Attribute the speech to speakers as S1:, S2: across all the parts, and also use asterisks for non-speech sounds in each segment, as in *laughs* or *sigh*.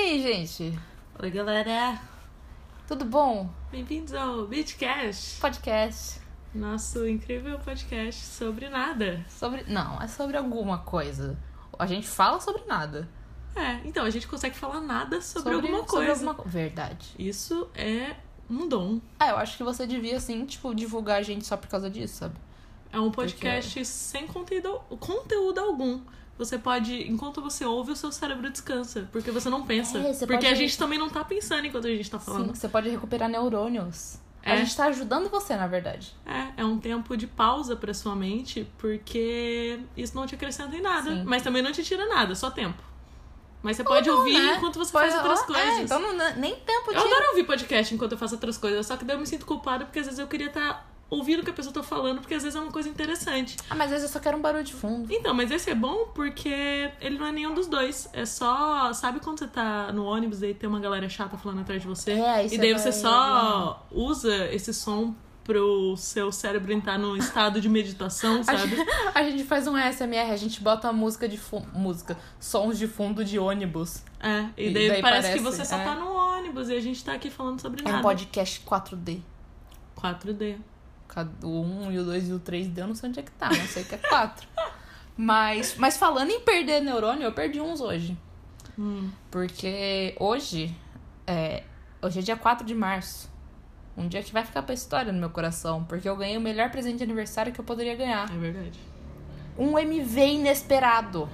S1: Tati.
S2: Oi, galera!
S1: Tudo bom?
S2: Bem-vindos ao Beatcast,
S1: Podcast
S2: nosso incrível podcast sobre nada.
S1: sobre. Não, é sobre alguma coisa. A gente fala sobre nada.
S2: É, então a gente consegue falar nada sobre, alguma coisa.
S1: alguma co- Verdade.
S2: Isso é um dom.
S1: Ah, eu acho que você devia, assim, tipo, divulgar a gente só por causa disso, sabe?
S2: É um podcast sem conteúdo, conteúdo algum. Você pode, enquanto você ouve, o seu cérebro descansa, porque você não pensa.
S1: É, você
S2: porque
S1: pode-
S2: a gente também não tá pensando enquanto a gente tá
S1: Sim,
S2: falando.
S1: você pode recuperar neurônios. A
S2: É.
S1: gente tá ajudando você, na verdade.
S2: É, é um tempo de pausa pra sua mente, porque isso não te acrescenta em nada,
S1: Sim.
S2: mas também não te tira nada, só tempo. Mas você pode ouvir
S1: né?
S2: enquanto você
S1: Pode-
S2: faz outras
S1: ó,
S2: coisas.
S1: É, então não- nem tempo
S2: Eu
S1: de.
S2: adoro ouvir podcast enquanto eu faço outras coisas, só que daí eu me sinto culpada porque às vezes eu queria estar ouvindo o que a pessoa tá falando, porque às vezes é uma coisa interessante.
S1: Ah, mas às vezes eu só quero um barulho de fundo.
S2: Então, mas esse é bom porque ele não é nenhum dos dois. É só. Sabe quando você tá no ônibus e tem uma galera chata falando atrás de você?
S1: É, aí
S2: e
S1: você
S2: daí
S1: vai-
S2: você só usa esse som pro seu cérebro entrar num estado de
S1: *laughs*
S2: meditação,
S1: A
S2: sabe?
S1: gente, a gente faz um SMR, a gente bota música de fu- música, sons de fundo de ônibus.
S2: É, e
S1: E
S2: daí,
S1: daí
S2: parece,
S1: parece,
S2: que você só
S1: é.
S2: tá no ônibus e a gente tá aqui falando sobre
S1: É
S2: nada.
S1: um podcast 4D.
S2: 4D.
S1: Cada- O 1 e o 2 e o 3 d eu não sei onde é que tá, não sei que é 4. mas, mas falando em perder neurônio, eu perdi uns hoje.
S2: Hum.
S1: Porque hoje é, hoje é dia 4 de março. Um dia que vai ficar pra história no meu coração. Porque eu ganhei o melhor presente de aniversário que eu poderia ganhar.
S2: É verdade.
S1: Um MV inesperado.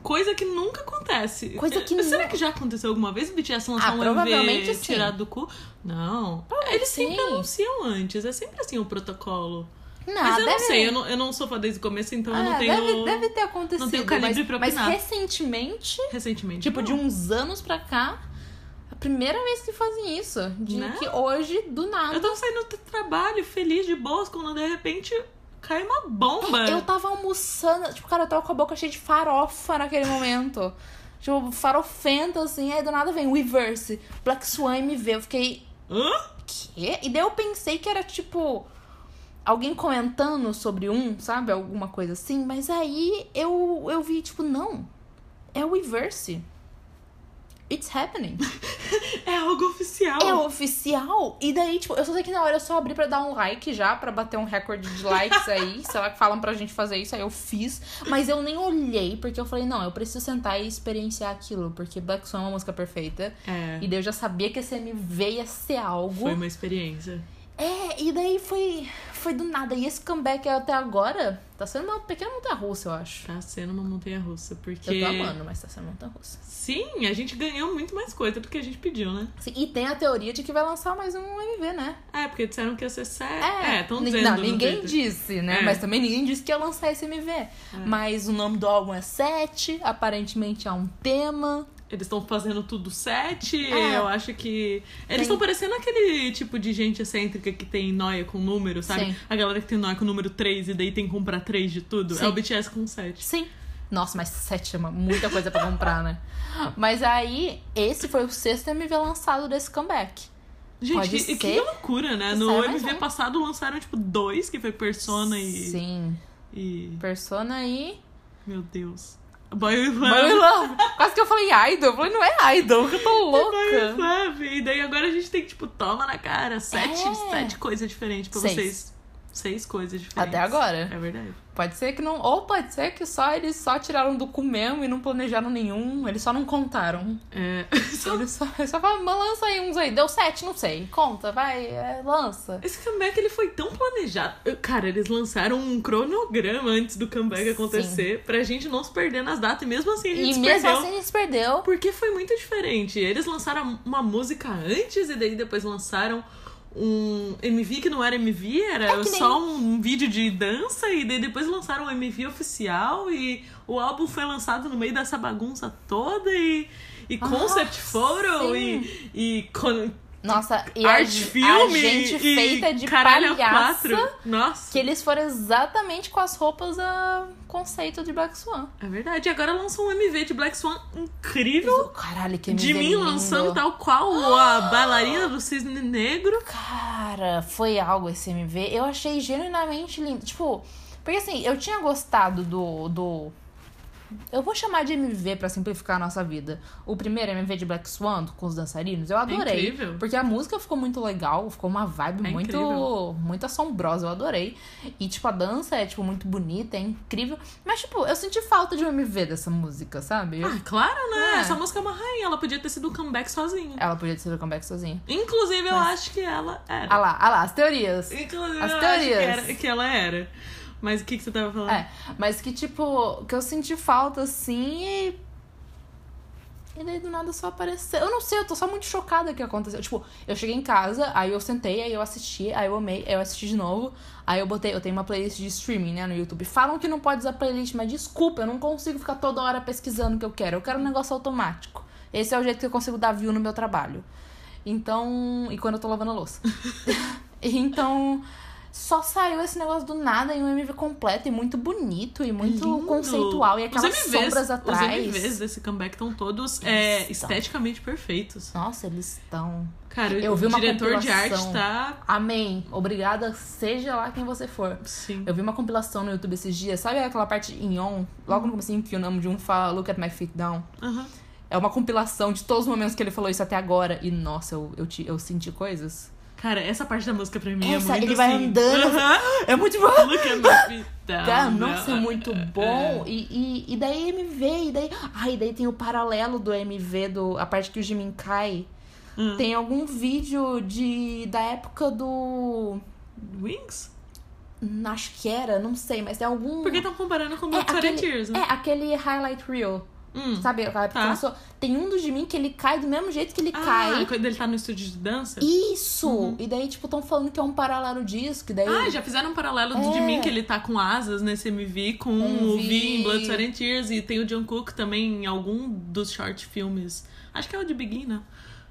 S2: Coisa que nunca acontece.
S1: Coisa que
S2: Será
S1: nunca-
S2: que já aconteceu alguma vez o BTS lançar
S1: Ah,
S2: um
S1: provavelmente
S2: MV
S1: sim.
S2: tirado do cu? Não. Eles sempre
S1: sim.
S2: anunciam antes. É sempre assim o protocolo.
S1: Não,
S2: Mas eu
S1: deve...
S2: não sei, eu não, eu não sou fã desde o começo, então eu
S1: Ah,
S2: não tenho.
S1: deve, deve ter acontecido.
S2: calibre
S1: mas,
S2: pra
S1: mas
S2: opinar.
S1: recentemente,
S2: Recentemente.
S1: tipo,
S2: não.
S1: de uns anos pra cá, a primeira vez que fazem isso. De
S2: Né?
S1: que hoje, do nada.
S2: Eu tava saindo do trabalho, feliz de boas, quando de repente cai uma bomba.
S1: Eu tava almoçando, tipo, cara, eu tava com a boca cheia de farofa naquele momento. *laughs* tipo, farofento, assim, aí do nada vem Weverse, Black Swan MV. Eu fiquei,
S2: Hã?
S1: quê? E daí eu pensei que era tipo. Alguém comentando sobre um, sabe? Alguma coisa assim. Mas aí eu, eu vi, tipo, não. É o Weverse. It's happening.
S2: É algo oficial.
S1: É oficial? E daí, tipo, eu só sei que na hora eu só abri pra dar um like já, pra bater um recorde de likes
S2: *laughs*
S1: aí. sei lá, que falam pra gente fazer isso, aí eu fiz. Mas eu nem olhei, porque eu falei, não, eu preciso sentar e experienciar aquilo, porque Black Swan é uma música perfeita.
S2: É,
S1: E daí eu já sabia que esse MV ia ser algo.
S2: Foi uma experiência.
S1: É, e daí foi, foi do nada. E esse comeback é até agora tá sendo uma pequena montanha russa, eu acho.
S2: Tá sendo uma montanha russa, porque.
S1: Eu tô amando, mas tá sendo montanha russa.
S2: Sim, a gente ganhou muito mais coisa do que a gente pediu, né?
S1: Assim, e tem a teoria de que vai lançar mais um MV, né?
S2: É, porque disseram que ia ser sério.
S1: É,
S2: É, tão
S1: nin-
S2: dizendo.
S1: Não,
S2: no
S1: ninguém
S2: Twitter.
S1: disse, né?
S2: É.
S1: Mas também ninguém disse que ia lançar esse MV. Mas o nome do álbum é 7, aparentemente há um tema.
S2: Eles estão fazendo tudo sete.
S1: É.
S2: Eu acho que. Eles
S1: Tem-
S2: estão parecendo aquele tipo de gente excêntrica que tem noia com número, sabe?
S1: Sim.
S2: A galera que tem noia com número 3 e daí tem que comprar 3 de tudo.
S1: Sim.
S2: É o BTS com 7.
S1: Sim. Nossa, mas 7 é uma- muita coisa pra comprar,
S2: *laughs*
S1: né? Mas aí, esse foi o sexto MV lançado desse comeback.
S2: Gente,
S1: Pode
S2: que,
S1: ser.
S2: que loucura, né? No
S1: Sai mais
S2: MV
S1: um.
S2: passado lançaram, tipo, dois, que foi Persona e.
S1: Sim.
S2: e-
S1: Persona e.
S2: Meu Deus. Boy with
S1: Boy We
S2: Love.
S1: Love. Quase que eu falei idol. Eu falei, não é idol, eu tô
S2: *laughs* Boy with
S1: louca.
S2: Love. E daí agora a gente tem que, tipo, toma na cara. Sete,
S1: É.
S2: sete coisas diferentes pra
S1: Seis.
S2: vocês. Seis coisas diferentes.
S1: Até agora.
S2: É verdade.
S1: Pode ser que não. Ou pode ser que só eles só tiraram do cu mesmo e não planejaram nenhum. Eles só não contaram. *laughs*
S2: É.
S1: Ele só, ele só fala, "Mas lança aí uns aí. Deu sete, não sei. Conta, vai, é, lança.
S2: Esse comeback ele foi tão planejado. Eu- Cara, eles lançaram um cronograma antes do comeback acontecer pra gente não se perder nas datas. E mesmo assim a gente
S1: E
S2: se
S1: mesmo
S2: perdeu.
S1: assim eles perdeu.
S2: Porque foi muito diferente. Eles lançaram uma música antes e daí depois lançaram um MV que não era MV, era
S1: É que nem-
S2: só um vídeo de dança e daí depois lançaram um MV oficial e o álbum foi lançado no meio dessa bagunça toda e, e
S1: Ah,
S2: concept photo e, e con-
S1: Nossa, e a,
S2: arte
S1: ge- a
S2: filme
S1: gente
S2: e
S1: feita de
S2: caralho a
S1: palhaça.
S2: quatro. Nossa,
S1: Que eles foram exatamente com as roupas a conceito de Black Swan.
S2: é verdade. E Agora lançou um MV de Black Swan incrível.
S1: Caralho, que
S2: de
S1: MV
S2: mim
S1: é lindo.
S2: lançando tal qual a bailarina do cisne negro.
S1: Cara, foi algo esse MV. Eu achei genuinamente lindo. Tipo, porque assim, eu tinha gostado do. do Eu vou chamar de MV pra simplificar a nossa vida. O primeiro MV de Black Swan com os dançarinos, eu adorei.
S2: É incrível.
S1: Porque a música ficou muito legal, ficou uma vibe
S2: É
S1: muito
S2: incrível.
S1: muito assombrosa, eu adorei. E tipo a dança é tipo muito bonita, é incrível, mas tipo, eu senti falta de um MV dessa música, sabe? Eu-
S2: Ah, claro, né?
S1: É.
S2: Essa música é uma rainha, ela podia ter sido um comeback sozinha.
S1: Ela podia ter sido comeback sozinha.
S2: Inclusive, eu acho que ela era.
S1: Ah lá, ah lá, as teorias.
S2: Inclusive,
S1: As
S2: eu
S1: teorias.
S2: acho que, era- que ela era. Mas o que, que você tava falando?
S1: É, mas que tipo, que eu senti falta assim e. E daí do nada só apareceu. Eu não sei, eu tô só muito chocada que aconteceu. Tipo, eu cheguei em casa, aí eu sentei, aí eu assisti, aí eu amei, aí eu assisti de novo. Aí eu botei, eu tenho uma playlist de streaming, né, no YouTube. Falam que não pode usar playlist, mas desculpa, eu não consigo ficar toda hora pesquisando o que eu quero. Eu quero um negócio automático. Esse é o jeito que eu consigo dar view no meu trabalho. Então. E quando eu tô lavando a louça. *laughs* então. Só saiu esse negócio do nada em um MV completo e muito bonito e muito
S2: Lindo.
S1: conceitual. E aquelas
S2: Os MVs,
S1: sombras atrás.
S2: Os MVs desse comeback estão todos é,
S1: Nossa.
S2: esteticamente perfeitos.
S1: Nossa, eles estão.
S2: Cara,
S1: Eu
S2: o
S1: vi uma
S2: diretor de arte
S1: compilação.
S2: tá.
S1: Amém. Obrigada, seja lá quem você for.
S2: Sim.
S1: Eu vi uma compilação no YouTube esses dias, sabe aquela parte em on? Logo no comecinho que o nome de um fala Look at my feet down.
S2: Aham.
S1: É uma compilação de todos os momentos que ele falou isso até agora. E nossa, eu, eu, te- eu senti coisas.
S2: Cara, essa parte da música pra mim
S1: Essa,
S2: é muito
S1: ele vai
S2: assim,
S1: andando.
S2: aham.
S1: É muito bom.
S2: Look at my feet down.
S1: Cara, nossa, é
S2: né?
S1: muito bom. E, e, e daí MV, e daí. Ai, daí tem o paralelo do MV, do, a parte que o Jimin cai.
S2: Hum.
S1: Tem algum vídeo de, da época do.
S2: Ah, Wings?
S1: hum, Acho que era, não sei, mas tem algum.
S2: Porque estão comparando com
S1: É,
S2: Black Sweater
S1: aquele-
S2: Tears,
S1: É,
S2: né?
S1: aquele highlight reel.
S2: Hum.
S1: Sabe? aquela época que
S2: Tá.
S1: lançou? Tem um do Jimin que ele cai do mesmo jeito que ele
S2: Ah,
S1: cai.
S2: quando ele tá no estúdio de dança?
S1: Isso! E daí, tipo, estão falando que é um paralelo disso, que daí.
S2: Ah, já fizeram um paralelo
S1: É.
S2: do de mim, que ele tá com asas nesse MV, com o
S1: MV.
S2: V em Blood, Sweat and Tears, e tem o Jungkook também em algum dos short filmes. Acho que é o de Begin, né?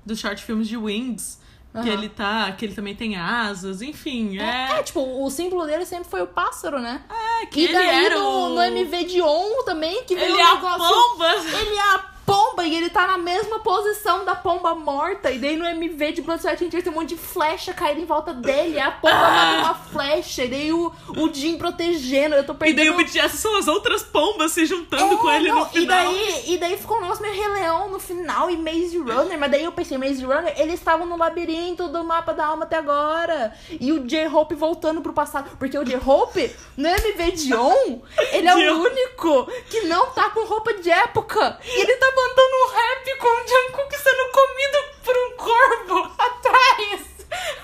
S2: Dos short filmes de Wings. Que
S1: Aham.
S2: ele tá, que ele também tem asas, enfim,
S1: É,
S2: é.
S1: tipo, o símbolo dele sempre foi o pássaro, né?
S2: é que
S1: e
S2: ele
S1: daí
S2: era
S1: no,
S2: o...
S1: no MV de On também, que veio
S2: Ele é
S1: um
S2: a
S1: negócio-
S2: pomba!
S1: Ele é a pomba e ele tá na mesma posição da pomba morta. E daí no MV de Blood, Sweat and Tears tem um monte de flecha caindo em volta dele. A pomba
S2: Ah!
S1: mata uma flecha. E daí o, o Jim protegendo. Eu tô
S2: E
S1: perdendo...
S2: daí o BTS são as outras pombas se juntando
S1: É,
S2: com ele
S1: não,
S2: no final.
S1: E daí, e daí ficou um negócio meio Rei Leão no final e Maze Runner. Mas daí eu pensei, Maze Runner, eles estavam no labirinto do mapa da alma até agora. E o J-Hope voltando pro passado. Porque o J-Hope, no MV de
S2: *laughs*
S1: On, ele é o
S2: Dion.
S1: único que não tá com roupa de época. E ele tá mandando um rap com o Jungkook sendo comido por um corvo *laughs* atrás.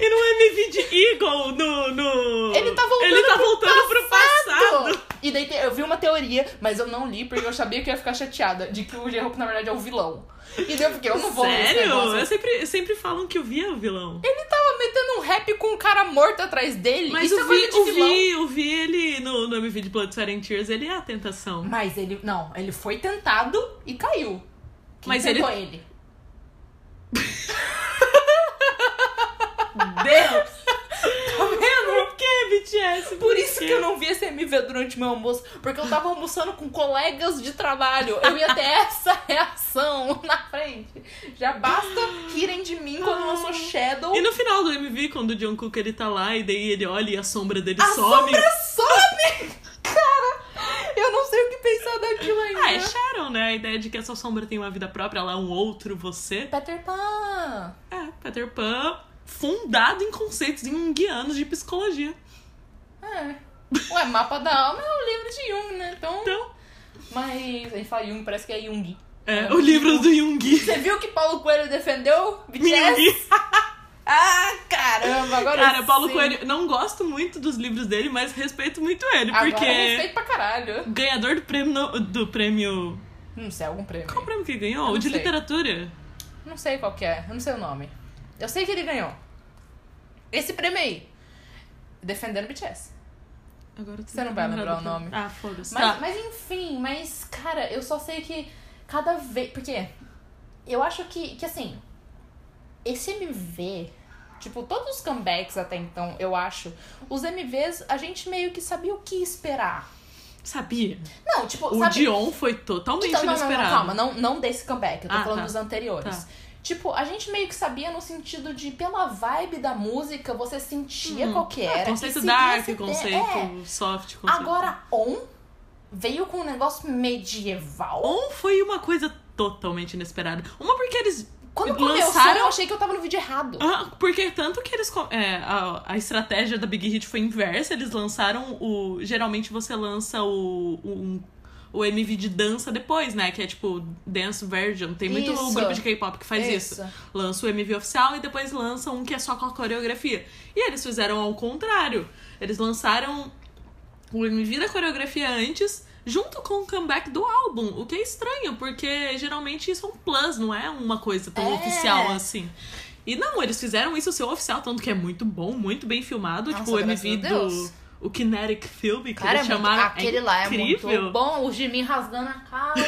S2: E no MV de Eagle, no. no...
S1: Ele tá voltando
S2: Ele tá
S1: pro
S2: voltando pro passado.
S1: E daí te- eu vi uma teoria, mas eu não li porque eu sabia que eu ia ficar chateada de que o J-Hope na verdade é o vilão. E daí eu fiquei, eu não vou ler esse
S2: Sério?
S1: negócio.
S2: Eu sempre, sempre falam que o Vi é o vilão.
S1: Ele tava metendo um rap com um cara morto atrás dele.
S2: Mas
S1: Isso
S2: o
S1: é
S2: Vi,
S1: coisa de
S2: o
S1: vilão.
S2: Vi, o Vi, ele no, no MV de Blood, Sweat and Tears, ele é a tentação.
S1: Mas ele, não, ele foi tentado e caiu. Quem
S2: Mas
S1: tentou
S2: ele-
S1: ele?
S2: *laughs* Deus!
S1: Tá vendo?
S2: Por que, BTS?
S1: Por isso
S2: quê?
S1: que eu não vi esse MV durante meu almoço, porque eu tava almoçando com colegas de trabalho. Eu
S2: *laughs*
S1: ia ter essa reação na frente. Já basta rirem de mim quando eu lançou Shadow.
S2: E no final do MV, quando o Jungkook ele tá lá e daí ele olha e a sombra dele
S1: A
S2: some.
S1: sombra some! Cara, eu não sei o que pensar daquilo ainda.
S2: Ah, é Sharon, né? A ideia de que essa sombra tem uma vida própria, ela é um outro você.
S1: Peter Pan.
S2: É, Peter Pan fundado em conceitos junguianos de psicologia.
S1: É. Ué, mapa da alma é o livro de Jung, né? Então,
S2: Então,
S1: mas ele fala Jung, parece que é Jung.
S2: é, o livro do Jung.
S1: Você viu que Paulo Coelho defendeu? BTS?
S2: Jung.
S1: Ah, caramba, agora
S2: Cara, Paulo
S1: sim.
S2: Coelho, não gosto muito dos livros dele, mas respeito muito ele,
S1: Agora
S2: porque
S1: respeito pra caralho.
S2: ganhador do prêmio. no- Do prêmio.
S1: Não sei, algum prêmio.
S2: Qual prêmio que ele ganhou?
S1: não
S2: O de
S1: sei.
S2: literatura?
S1: Não sei qual que é, eu não sei o nome. Eu sei que ele ganhou. Esse prêmio aí. Defendendo BTS.
S2: Agora eu tô
S1: Você não vai
S2: tentando
S1: lembrar
S2: do
S1: o
S2: prêmio. Ah, foda-se.
S1: Mas,
S2: Tá.
S1: mas enfim, mas, cara, eu só sei que cada vez. Porque eu acho que, que assim. Esse MV. Tipo, todos os comebacks até então, eu acho. Os MVs, a gente meio que sabia o que esperar.
S2: Sabia?
S1: Não, tipo,
S2: O
S1: sabe.
S2: Dion foi totalmente
S1: Então, não, não,
S2: inesperado.
S1: não, calma, não, não desse comeback, eu tô
S2: Ah,
S1: falando
S2: tá.
S1: dos anteriores.
S2: Tá.
S1: Tipo, a gente meio que sabia no sentido de, pela vibe da música, você sentia
S2: Uhum.
S1: qual que
S2: Ah,
S1: era. e
S2: conceito
S1: seguia
S2: dark,
S1: esse te-
S2: conceito
S1: É.
S2: soft, conceito.
S1: Agora, on, veio com um negócio medieval.
S2: Ou foi uma coisa totalmente inesperada. Uma porque eles
S1: Quando
S2: lançaram-
S1: começou, eu achei que eu tava no vídeo errado.
S2: Ah, porque tanto que eles. co- é, a, a estratégia da Big Hit foi inversa. Eles lançaram o. Geralmente você lança o. o- um- o MV de dança depois, né? Que é tipo Dance Version. Tem muito
S1: Isso.
S2: grupo de K-pop que faz isso. Lança o MV oficial e depois lança um que é só com a coreografia. E eles fizeram ao contrário. Eles lançaram o MV da coreografia antes, junto com o comeback do álbum. O que é estranho, porque geralmente isso é um plus, não é uma coisa tão
S1: É.
S2: oficial assim. E não, eles fizeram isso seu oficial, tanto que é muito bom, muito bem filmado.
S1: Nossa,
S2: tipo, o
S1: graças
S2: MV
S1: a
S2: do.
S1: Deus.
S2: O Kinetic Film, que
S1: Cara, é
S2: eles
S1: muito-
S2: chamaram. é
S1: aquele lá é muito
S2: incrível.
S1: bom. O Jimin rasgando a calça.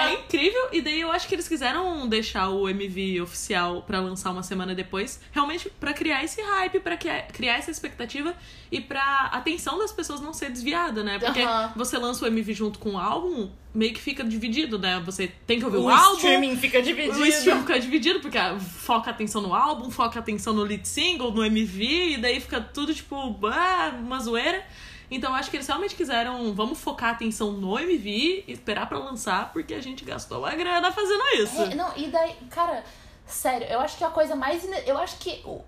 S2: É incrível, e daí eu acho que eles quiseram deixar o MV oficial pra lançar uma semana depois, realmente pra criar esse hype, pra que- criar essa expectativa e pra atenção das pessoas não ser desviada, né? Porque
S1: Aham.
S2: você lança o MV junto com o álbum, meio que fica dividido, né? Você tem que ouvir *laughs* o,
S1: o
S2: álbum.
S1: streaming fica dividido.
S2: O stream fica dividido, porque ah, foca a atenção no álbum, foca a atenção no lead single, no MV, e daí fica tudo tipo, bah, uma zoeira. Então acho que eles realmente quiseram, vamos focar a atenção no MV e esperar pra lançar, porque a gente gastou uma grana fazendo isso.
S1: É, não, e daí, cara, sério, eu acho que a coisa mais. ine- Eu acho que o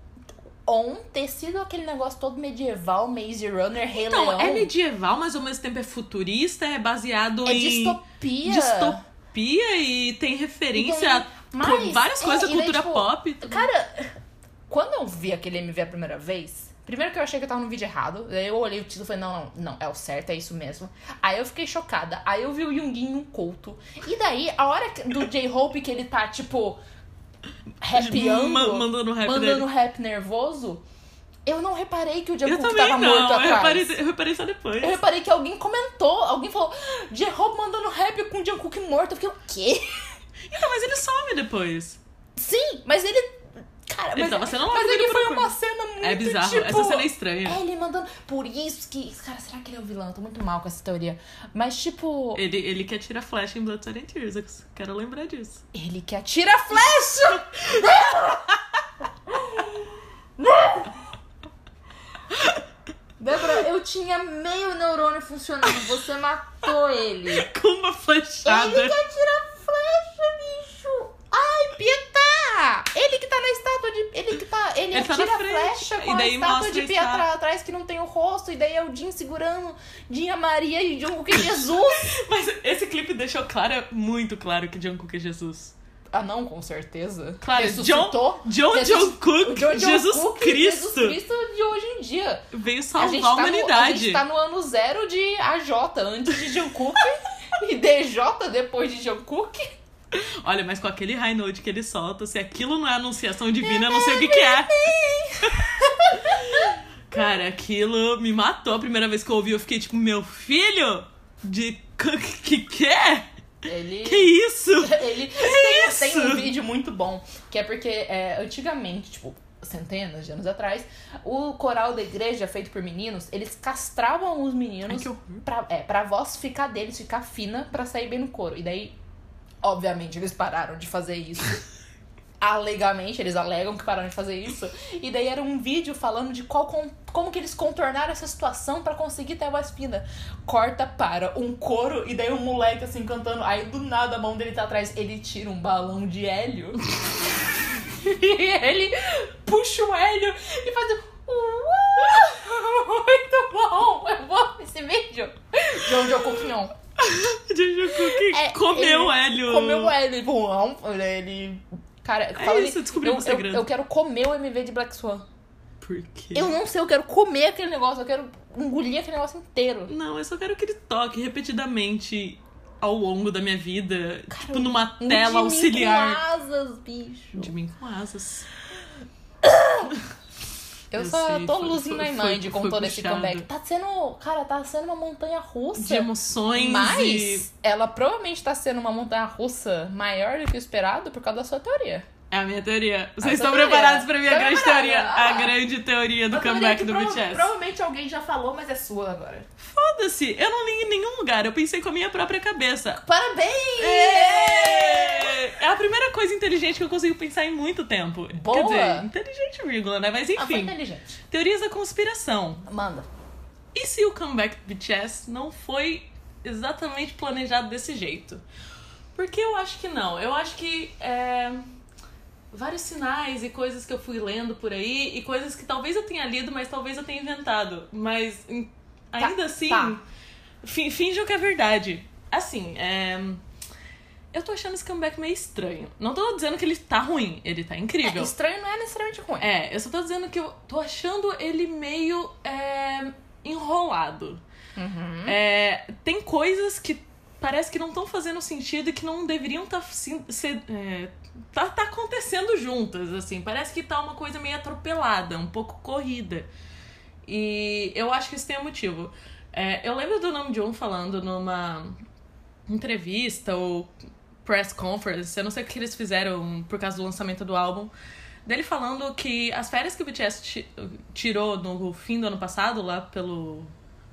S1: On ter sido aquele negócio todo medieval, Maze Runner, Rei
S2: Então,
S1: Leão.
S2: é medieval, mas ao mesmo tempo é futurista, é baseado
S1: é
S2: em
S1: distopia.
S2: distopia e tem referência
S1: E daí-
S2: a
S1: mas,
S2: co- várias
S1: é,
S2: coisas,
S1: e daí,
S2: cultura
S1: tipo,
S2: pop.
S1: Cara, quando eu vi aquele MV a primeira vez, primeiro que eu achei que eu tava no vídeo errado, daí eu olhei o título e falei, não, não, não, é o certo, é isso mesmo. Aí eu fiquei chocada, aí eu vi o Yunguin num culto. E daí, a hora que- do J-Hope que ele tá, tipo,
S2: Ma-
S1: rapeando,
S2: mandando rap
S1: mandando
S2: dele.
S1: rap nervoso, eu não reparei que o
S2: Eu
S1: Jungkook
S2: também
S1: tava
S2: não,
S1: morto
S2: eu
S1: atrás.
S2: reparei, eu reparei só depois.
S1: Eu reparei que alguém comentou, alguém falou, J-Hope mandando rap com o Jungkook morto. Eu fiquei, o quê?
S2: Então, mas ele some depois.
S1: Sim, mas ele... Cara,
S2: Ele
S1: mas é
S2: tava sendo
S1: Mas
S2: louco,
S1: ele
S2: ele
S1: foi
S2: procurou.
S1: uma cena muito
S2: É bizarro,
S1: tipo...
S2: essa cena é estranha.
S1: É, ele mandando... Por isso que... Cara, será que ele é o vilão? Eu tô muito mal com essa teoria. Mas, tipo...
S2: Ele, ele que atira flecha em Blood, Sweat and Tears, eu quero lembrar disso. *laughs*
S1: Ele que atira a flecha! Débora, eu tinha meio neurônio funcionando. Você matou ele.
S2: Com uma flechada.
S1: Ele que atira flecha, bicho! Ai, Pietá! Ele que tá na estátua de. Ele que tá. Ele,
S2: Ele tá
S1: atira
S2: na
S1: a
S2: frente,
S1: flecha com
S2: e
S1: a
S2: daí
S1: estátua
S2: mostra
S1: de
S2: a
S1: Pietá
S2: estátua.
S1: atrás que não tem o rosto. E daí é o Jim segurando Dinha Maria e Jungkook e Jesus!
S2: Mas esse clipe deixou claro, muito claro que Jungkook é Jesus.
S1: ah, não, com certeza.
S2: Claro,
S1: Ressuscitou.
S2: John
S1: Jesus-
S2: Jungkook,
S1: o John
S2: Jesus
S1: Jungkook, Jesus
S2: Cristo,
S1: Cristo de hoje em dia.
S2: veio
S1: A
S2: salvar
S1: gente,
S2: a,
S1: tá no, a
S2: humanidade.
S1: gente tá no ano zero de AJ, antes de Jungkook. *laughs* e DJ depois de Jungkook.
S2: Olha, mas com aquele high note que ele solta, se aquilo não é anunciação divina, eu não sei o que, que é. *laughs* Cara, aquilo me matou a primeira vez que eu ouvi. Eu fiquei tipo, meu filho? De *laughs* que que é?
S1: Ele...
S2: Que isso?
S1: *laughs* Ele tem,
S2: isso?
S1: tem um vídeo muito bom, que é porque é, antigamente, tipo, centenas de anos atrás, o coral da igreja feito por meninos, eles castravam os
S2: Ai,
S1: meninos
S2: que *laughs* horror.
S1: pra, é, pra voz ficar deles, ficar fina, pra sair bem no couro. E daí, obviamente, eles pararam de fazer isso. Alegadamente, eles alegam que pararam de fazer isso. E daí era um vídeo falando de qual con- como que eles contornaram essa situação pra conseguir ter a voz fina. Corta para um couro e daí um moleque assim cantando. Aí do nada a mão dele tá atrás, ele tira um balão de hélio. e *laughs* ele puxa o hélio e faz. um, "Uau!" *laughs* Muito bom! Eu vou esse vídeo. João de Ocupion.
S2: Jujutsu
S1: É,
S2: comeu o
S1: ele
S2: Hélio.
S1: Comeu o hélio. É Tipo, "Uau", ele. Cara, fala
S2: isso,
S1: ali,
S2: descobrimos o
S1: eu, eu,
S2: segredo.
S1: eu quero comer o MV de Black Swan.
S2: Por quê?
S1: Eu não sei, eu quero comer aquele negócio, eu quero engolir aquele negócio inteiro.
S2: Não, eu só quero que ele toque repetidamente ao longo da minha vida.
S1: Cara,
S2: tipo, numa
S1: Um
S2: tela
S1: Jimmy
S2: auxiliar.
S1: Com asas, bicho.
S2: De mim com asas.
S1: Eu
S2: Eu
S1: só
S2: sei,
S1: tô
S2: foi-
S1: losing
S2: foi-
S1: my
S2: foi-
S1: mind com
S2: foi
S1: todo esse
S2: puxado.
S1: comeback. Tá sendo, cara, tá sendo uma montanha
S2: De
S1: russa.
S2: emoções. E...
S1: Mas ela provavelmente tá sendo uma montanha russa maior do que o esperado por causa da sua teoria.
S2: É a minha teoria. Vocês
S1: sua
S2: estão
S1: Ah, então teoria.
S2: preparados pra minha
S1: Tô
S2: grande
S1: preparada.
S2: teoria?
S1: Ah.
S2: A grande teoria do
S1: Uma teoria
S2: comeback
S1: que
S2: do
S1: prova-
S2: BTS.
S1: Provavelmente alguém já falou, mas é sua agora.
S2: Foda-se, eu não li em nenhum lugar. Eu pensei com a minha própria cabeça.
S1: Parabéns!
S2: É a primeira coisa inteligente que eu consigo pensar em muito tempo.
S1: Boa.
S2: Quer dizer, inteligente, vírgula, né? Mas
S1: Ah, foi
S2: enfim.
S1: inteligente.
S2: Teorias da conspiração.
S1: Manda.
S2: E se o comeback do BTS não foi exatamente planejado desse jeito. Porque eu acho que não. Eu acho que é, vários sinais e coisas que eu fui lendo por aí e coisas que talvez eu tenha lido, mas talvez eu tenha inventado. Mas em- ainda assim,
S1: tá.
S2: fi- finjam que é verdade. Assim, é, eu tô achando esse comeback meio estranho. Não tô dizendo que ele tá ruim, ele tá
S1: É,
S2: incrível.
S1: estranho não é necessariamente ruim.
S2: É, eu só tô dizendo que eu tô achando ele meio é, enrolado.
S1: Uhum.
S2: É, tem coisas que parece que não estão fazendo sentido e que não deveriam estar tá, tá acontecendo juntas, assim. Parece que tá uma coisa meio atropelada, um pouco corrida. E eu acho que isso tem um motivo. É, eu lembro do nome de um falando numa entrevista ou press conference, eu não sei o que eles fizeram por causa do lançamento do álbum, dele falando que as férias que o BTS ti- tirou no fim do ano passado, lá pelo.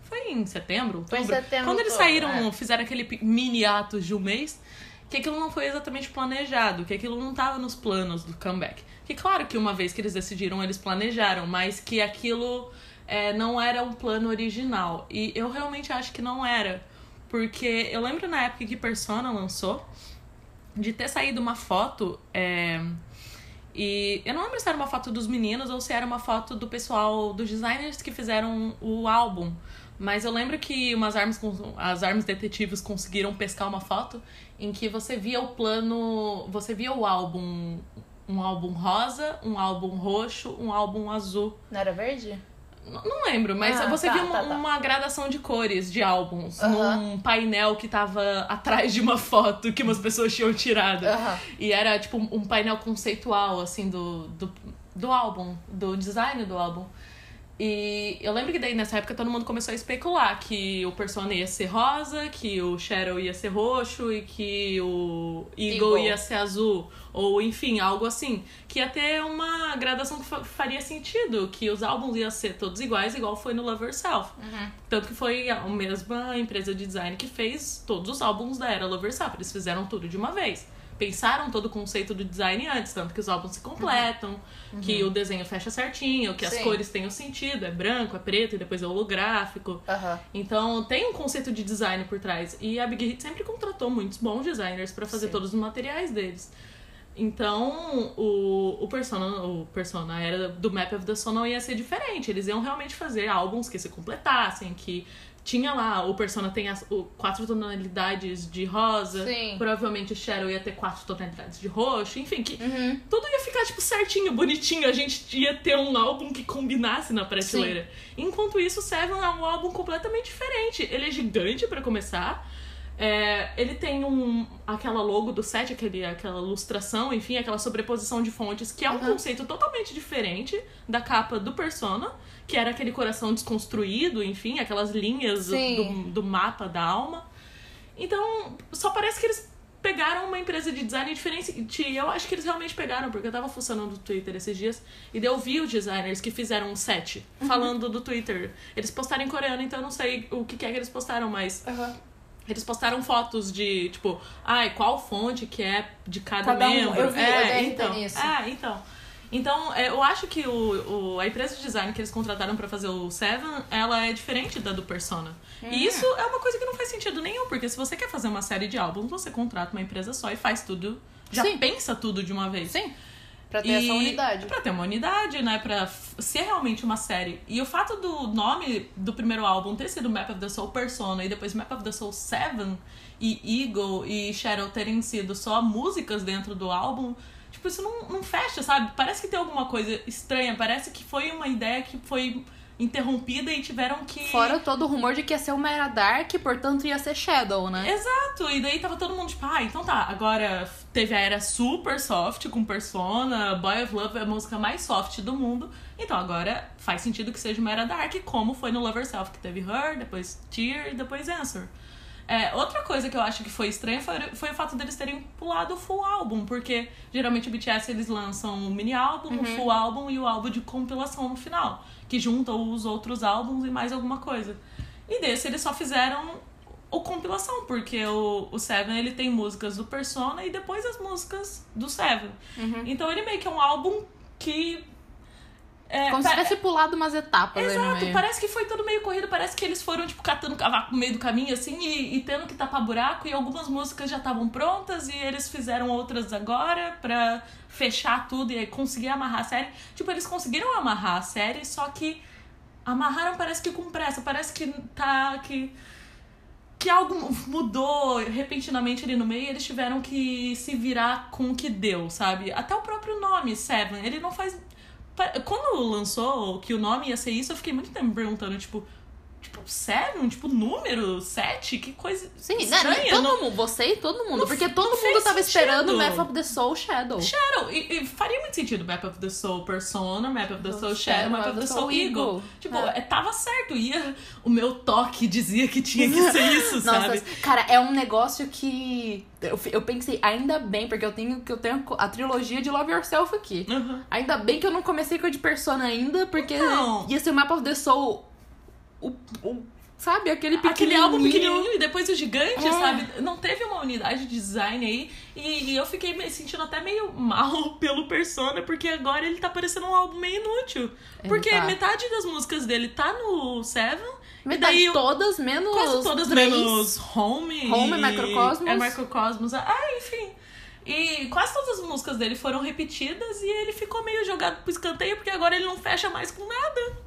S2: Foi em setembro?
S1: Foi em
S2: outubro?
S1: setembro,
S2: Quando eles
S1: outubro,
S2: saíram,
S1: é.
S2: fizeram aquele pe- mini ato de um mês, que aquilo não foi exatamente planejado, que aquilo não tava nos planos do comeback. Que claro que uma vez que eles decidiram, eles planejaram, mas que aquilo é, não era um plano original. E eu realmente acho que não era. Porque eu lembro na época que Persona lançou, de ter saído uma foto. é, E eu não lembro se era uma foto dos meninos ou se era uma foto do pessoal, dos designers que fizeram o álbum. Mas eu lembro que umas armas, cons- as armas detetives conseguiram pescar uma foto em que você via o plano. Você via o álbum. Um álbum rosa, um álbum roxo, um álbum azul.
S1: Não era verde?
S2: N- Não lembro, mas
S1: Ah,
S2: você
S1: tá,
S2: viu uma,
S1: tá, tá.
S2: uma gradação de cores de álbuns
S1: Aham.
S2: num painel que tava atrás de uma foto que umas pessoas tinham tirado.
S1: Aham.
S2: E era tipo um painel conceitual, assim, do, do, do álbum, do design do álbum. E eu lembro que daí nessa época todo mundo começou a especular que o Persona ia ser rosa, que o Shadow ia ser roxo e que o Eagle,
S1: Eagle.
S2: ia ser azul. Ou enfim, algo assim. Que ia ter uma gradação que fa- faria sentido, que os álbuns iam ser todos iguais, igual foi no Love Yourself. Tanto que foi a mesma empresa de design que fez todos os álbuns da era Love Yourself. Eles fizeram tudo de uma vez. Pensaram todo o conceito do design antes, tanto que os álbuns se completam, que o desenho fecha certinho, que as
S1: Sim.
S2: cores têm o sentido, é branco, é preto e depois é holográfico.
S1: Aham.
S2: Então tem um conceito de design por trás. E a Big Hit sempre contratou muitos bons designers pra fazer
S1: Sim.
S2: todos os materiais deles. Então o, o Persona, o Persona era do Map of the Sun não ia ser diferente. Eles iam realmente fazer álbuns que se completassem, que tinha lá, o Persona tem as o- quatro tonalidades de rosa.
S1: Sim.
S2: Provavelmente o Shadow ia ter quatro tonalidades de roxo, enfim, que
S1: Uhum.
S2: tudo ia ficar, tipo, certinho, bonitinho. A gente ia ter um álbum que combinasse na prateleira. Enquanto isso, Seven é um álbum completamente diferente. Ele é gigante pra começar. É, ele tem um aquela logo do set, aquele, aquela ilustração, enfim, aquela sobreposição de fontes, que é um
S1: Uhum.
S2: conceito totalmente diferente da capa do Persona, que era aquele coração desconstruído, enfim, aquelas linhas
S1: Sim.
S2: do, do mapa da alma. Então, só parece que eles pegaram uma empresa de design diferente. E eu acho que eles realmente pegaram, porque eu tava fuçando no Twitter esses dias e daí eu vi os designers que fizeram um set falando do Twitter. Eles postaram em coreano, então eu não sei o que que é que eles postaram, mas
S1: Aham.
S2: eles postaram fotos de, tipo, ai, qual fonte que é de cada,
S1: Cada um.
S2: membro.
S1: Eu vi, eu
S2: é,
S1: dei RT
S2: então.
S1: nisso.
S2: É, então. Então, é, eu acho que o, o- a empresa de design que eles contrataram pra fazer o Seven, ela é diferente da do Persona. E isso é uma coisa que não faz sentido nenhum, porque se você quer fazer uma série de álbuns, você contrata uma empresa só e faz tudo, já
S1: Sim.
S2: pensa tudo de uma vez.
S1: Sim. Pra ter
S2: E-
S1: essa unidade.
S2: Pra ter uma unidade, né? Pra f- ser realmente uma série. E o fato do nome do primeiro álbum ter sido Map of the Soul Persona e depois Map of the Soul 7 e Eagle e Shadow terem sido só músicas dentro do álbum, tipo, isso não, não fecha, sabe? Parece que tem alguma coisa estranha. Parece que foi uma ideia que foi interrompida e tiveram que.
S1: Fora todo o rumor de que ia ser uma era Dark, portanto ia ser Shadow, né?
S2: Exato, e daí tava todo mundo tipo, ah, então tá, agora teve a era super soft com Persona, Boy of Love é a música mais soft do mundo, então agora faz sentido que seja uma era dark, como foi no Love Yourself, que teve Her, depois Tear, depois Answer. É, outra coisa que eu acho que foi estranha foi, foi o fato deles terem pulado o full álbum, porque geralmente o BTS eles lançam o mini álbum, o full álbum e o álbum de compilação no final, que juntam os outros álbuns e mais alguma coisa. E desse eles só fizeram o compilação, porque o, o Seven ele tem músicas do Persona e
S1: Uhum.
S2: depois as músicas do Seven. Então ele meio que é um álbum que É,
S1: Como
S2: pa- é,
S1: se tivesse pulado umas etapas aí no
S2: Exato,
S1: meio.
S2: parece que foi tudo meio corrido, parece que eles foram, tipo, catando cavaco no meio do caminho, assim, e, e tendo que tapar buraco, e algumas músicas já estavam prontas, e eles fizeram outras agora pra fechar tudo e conseguir amarrar a série. Tipo, eles conseguiram amarrar a série, só que amarraram parece que com pressa, parece que tá, que... Que algo mudou repentinamente ali no meio e eles tiveram que se virar com o que deu, sabe? Até o próprio nome, Seven, ele não faz Pa- Quando lançou que o nome ia ser isso, eu fiquei muito tempo me perguntando, tipo, tipo, sério? Tipo, número 7? Que coisa
S1: Sim, né,
S2: estranha.
S1: todo
S2: não...
S1: mundo, você e todo mundo.
S2: Não-
S1: porque
S2: não
S1: todo mundo
S2: fez
S1: tava esperando
S2: sentido.
S1: o Map of the Soul Shadow.
S2: Shadow, e, e faria muito sentido Map of the Soul Persona, Map of the Soul Shadow, Map of the Soul Eagle. Tipo,
S1: É.
S2: é, tava certo, ia... O meu toque dizia que tinha que ser *laughs* isso,
S1: Nossa,
S2: sabe?
S1: cara, é um negócio que eu, eu pensei, ainda bem, porque eu tenho que eu tenho a trilogia de Love Yourself aqui.
S2: Aham.
S1: Ainda bem que eu não comecei com a de Persona ainda, porque
S2: Então.
S1: ia ser o Map of the Soul. O, o- sabe, aquele
S2: Aquele álbum
S1: pequenininho.
S2: pequenininho e depois o gigante,
S1: É.
S2: sabe? Não teve uma unidade de design aí. E, e eu fiquei me sentindo até meio mal *laughs* pelo Persona, porque agora ele tá parecendo um álbum meio inútil.
S1: Ele
S2: porque
S1: tá.
S2: metade das músicas dele tá no Seven,
S1: Metade
S2: E daí eu-
S1: todas, menos.
S2: quase todas
S1: três.
S2: menos Home.
S1: Home é
S2: e-
S1: Microcosmos.
S2: É Microcosmos. Ah, enfim. E quase todas as músicas dele foram repetidas e ele ficou meio jogado pro escanteio, porque agora ele não fecha mais com nada.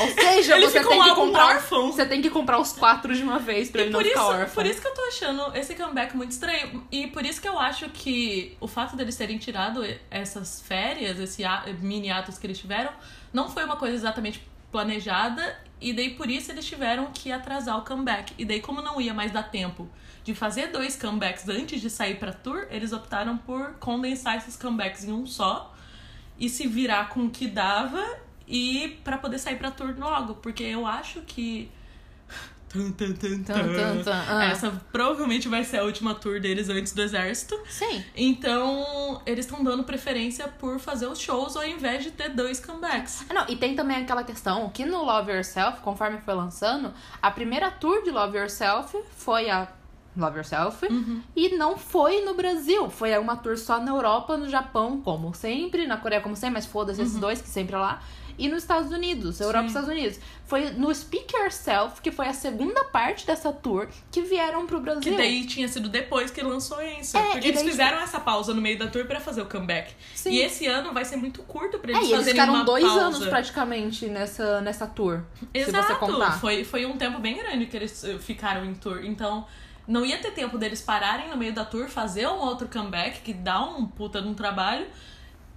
S1: Ou seja,
S2: Ele
S1: você
S2: ficou
S1: tem
S2: um
S1: que
S2: álbum
S1: comprar.
S2: órfão.
S1: Você tem que comprar os quatro de uma vez pra
S2: E
S1: ele não
S2: por
S1: ficar
S2: isso,
S1: órfão.
S2: por isso que eu tô achando esse comeback muito estranho. E por isso que eu acho que o fato deles terem tirado e- essas férias, esse a- mini atos que eles tiveram, não foi uma coisa exatamente planejada. E daí por isso eles tiveram que atrasar o comeback. E daí, como não ia mais dar tempo de fazer dois comebacks antes de sair pra tour, eles optaram por condensar esses comebacks em um só e se virar com o que dava e pra poder sair pra tour logo. Porque eu acho que. Tum, tum,
S1: *laughs*
S2: tum,
S1: Tan, tan, tan. Ah,
S2: essa provavelmente vai ser a última tour deles antes do exército.
S1: Sim.
S2: Então, eles estão dando preferência por fazer os shows ao invés de ter dois comebacks.
S1: Ah, não, e tem também aquela questão que no Love Yourself, conforme foi lançando, a primeira tour de Love Yourself foi a Love Yourself e não foi no Brasil. Foi uma tour só na Europa, no Japão, como sempre, na Coreia, como sempre, mas foda-se esses dois que sempre é lá. E nos Estados Unidos, Europa e
S2: Uhum. Sim.
S1: Estados Unidos. Foi no Speak Yourself, que foi a segunda parte dessa tour, que vieram pro Brasil.
S2: Que daí tinha sido depois que lançou isso.
S1: É,
S2: porque
S1: e
S2: eles
S1: daí-
S2: fizeram essa pausa no meio da tour pra fazer o comeback.
S1: Sim.
S2: E esse ano vai ser muito curto pra
S1: É,
S2: eles
S1: e eles
S2: fazerem
S1: ficaram
S2: uma
S1: dois
S2: pausa.
S1: anos praticamente nessa, nessa tour.
S2: Exato.
S1: Se você contar.
S2: Foi, foi um tempo bem grande que eles eh, ficaram em tour. Então, não ia ter tempo deles pararem no meio da tour, fazer um outro comeback, que dá um puta de um trabalho,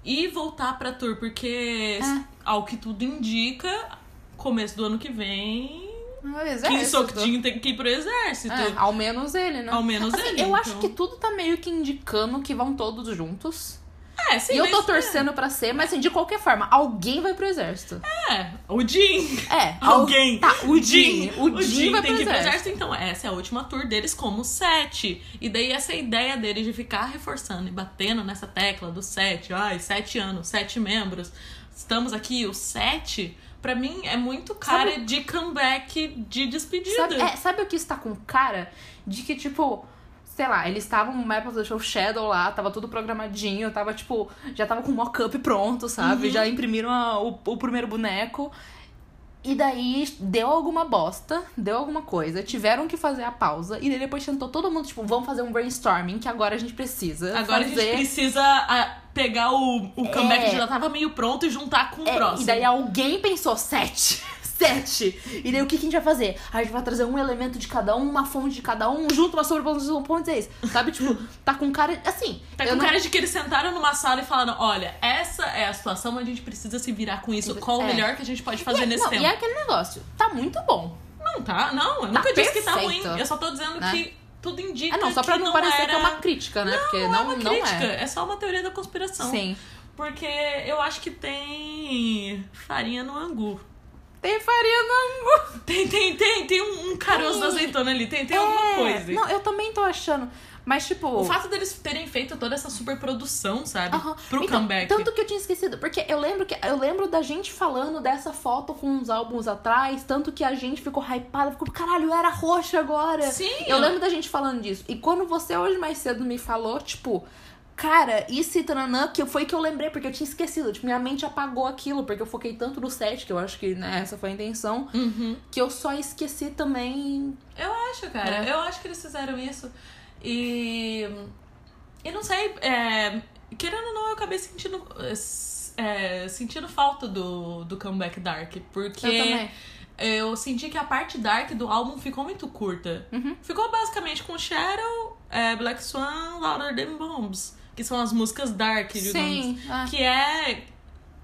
S2: e voltar pra tour, porque,
S1: É.
S2: ao que tudo indica, começo do ano que vem,
S1: Mas é
S2: Kim
S1: isso, tô-
S2: Sok-jin tem que ir pro exército.
S1: É, ao menos ele, né?
S2: Tipo, Ao menos
S1: Assim,
S2: ele.
S1: Eu acho que
S2: então.
S1: tudo tá meio que indicando que vão todos juntos.
S2: É, sim,
S1: e eu tô
S2: mas-
S1: torcendo pra ser, mas assim, de qualquer forma, alguém vai pro exército.
S2: É, o Jin.
S1: É, al-
S2: Alguém.
S1: Tá, o Jin. O Jin, vai
S2: tem
S1: pro
S2: que ir pro
S1: exército.
S2: exército. Então, essa é a última tour deles como sete. E daí essa ideia deles de ficar reforçando e batendo nessa tecla do sete. Ai, sete anos, sete membros. Estamos aqui, o sete. Pra mim, é muito cara de comeback de despedida.
S1: Sabe, é, sabe o que está com cara? De que, tipo, sei lá, eles estavam no Map of the Show Shadow lá, tava tudo programadinho, tava, tipo, já tava com o mock-up pronto, sabe?
S2: Uhum.
S1: Já imprimiram a- o, o primeiro boneco. E daí deu alguma bosta, deu alguma coisa, tiveram que fazer a pausa, e daí depois tentou todo mundo, tipo, vamos fazer um brainstorming, que agora a gente precisa.
S2: Agora
S1: fazer...
S2: a gente precisa ah, pegar o, o comeback
S1: É.
S2: que já tava meio pronto e juntar com o
S1: É,
S2: próximo.
S1: E daí alguém pensou, sete. *laughs* Sete. E daí o que, que a gente vai fazer? A gente vai trazer um elemento de cada um, uma fonte de cada um, junto uma sobreposição de 1.6. Sabe, tipo, tá com cara. Assim.
S2: Tá
S1: eu
S2: com
S1: não-
S2: cara de que eles sentaram numa sala e falaram: olha, essa é a situação, mas a gente precisa se virar com isso. Qual o
S1: É.
S2: melhor que a gente pode fazer
S1: e, é-
S2: nesse
S1: não,
S2: tempo?
S1: E é aquele negócio. Tá muito bom.
S2: Não, tá. Não, eu
S1: Tá
S2: nunca disse que tá ruim.
S1: perfeito.
S2: Eu só tô dizendo
S1: Né?
S2: que tudo indica.
S1: É não, só pra
S2: que
S1: não parecer
S2: era...
S1: que é uma crítica, né? Porque
S2: Não,
S1: não,
S2: é uma
S1: não
S2: crítica,
S1: é.
S2: é só uma teoria da conspiração.
S1: Sim.
S2: Porque eu acho que tem farinha no angu.
S1: Tem farinha no angu.
S2: Tem, tem, tem, tem um um caroço
S1: Tem. É,
S2: da azeitona ali, tem, tem alguma coisa.
S1: Não, eu também tô achando. Mas, tipo.
S2: O fato deles terem feito toda essa superprodução, sabe?
S1: Aham.
S2: Pro
S1: Então,
S2: comeback.
S1: Tanto que eu tinha esquecido, porque eu lembro que eu lembro da gente falando dessa foto com uns álbuns atrás, tanto que a gente ficou hypada, ficou, caralho, era roxa agora.
S2: Sim,
S1: Eu lembro da gente falando disso. E quando você hoje mais cedo me falou, tipo, Cara, isso tananã, que foi que eu lembrei, porque eu tinha esquecido. Tipo, minha mente apagou aquilo, porque eu foquei tanto no set, que eu acho que né, essa foi a intenção,
S2: Uhum.
S1: que eu só esqueci também.
S2: Eu acho,
S1: É.
S2: cara. Eu acho que eles fizeram isso. E. E não sei, é, querendo ou não, eu acabei sentindo. é, sentindo falta do, do comeback dark. Porque
S1: Eu também.
S2: eu senti que a parte dark do álbum ficou muito curta.
S1: Uhum.
S2: Ficou basicamente com Shadow, é, Black Swan, Louder Than Bombs, que são as músicas dark, digamos.
S1: Sim. ah.
S2: Que é.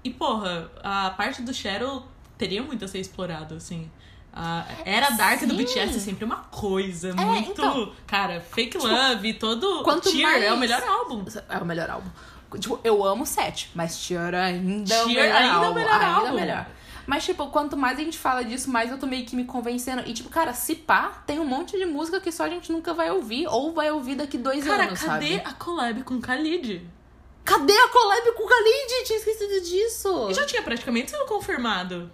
S2: E porra, a parte do Shadow teria muito a ser explorada, assim. A era dark do
S1: Sim.
S2: BTS é sempre uma coisa muito.
S1: então.
S2: Cara, fake love, todo.
S1: quanto
S2: Tear é o
S1: mais-
S2: melhor álbum.
S1: É o melhor álbum. Tipo, eu amo Sete, mas Tiara ainda é o
S2: Tear
S1: melhor
S2: ainda é o
S1: álbum.
S2: melhor
S1: ainda
S2: álbum.
S1: melhor. Mas, tipo, quanto mais a gente fala disso, mais eu tô meio que me convencendo. E, tipo, cara, se pá, tem um monte de música que só a gente nunca vai ouvir. Ou vai ouvir daqui dois
S2: Cara,
S1: anos,
S2: cadê
S1: sabe?
S2: a collab com Khalid?
S1: Cadê a collab com o Khalid? Tinha esquecido disso.
S2: E já tinha praticamente sido confirmado.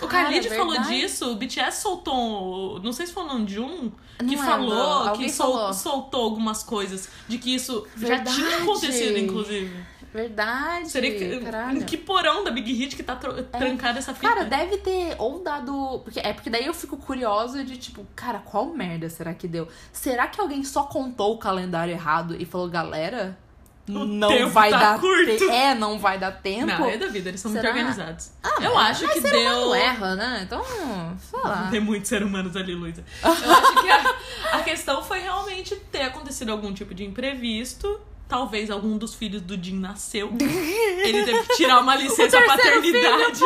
S2: o
S1: Cara,
S2: Khalid
S1: é
S2: falou
S1: verdade.
S2: disso, o BTS soltou, um- não sei se foi o Namjoon, que
S1: Não lembro,
S2: falou,
S1: alguém
S2: que sol-
S1: falou.
S2: soltou algumas coisas, de que isso já tinha
S1: Verdade.
S2: acontecido, inclusive.
S1: Verdade.
S2: Seria que,
S1: Caralho. É.
S2: que porão da Big Hit que tá tro- trancada essa fita.
S1: Cara, deve ter ou dado. Porque, é porque daí eu fico curiosa de tipo, cara, qual merda será que deu? Será que alguém só contou o calendário errado e falou, galera?
S2: O
S1: não
S2: tempo
S1: vai
S2: tá
S1: dar
S2: curto."
S1: te- É, não vai dar tempo.
S2: Não, é da vida, eles são
S1: Será?
S2: muito organizados.
S1: Ah,
S2: eu
S1: mas-
S2: acho
S1: mas
S2: que
S1: ser humano
S2: deu.
S1: erra, né? Então, sei
S2: *laughs*
S1: lá.
S2: Tem muitos seres humanos ali,
S1: *laughs*
S2: Luísa. Eu acho que a, a questão foi realmente ter acontecido algum tipo de imprevisto. Talvez algum dos filhos do
S1: *laughs*
S2: Jim nasceu. Ele teve que tirar uma licença
S1: terceiro filho,
S2: paternidade.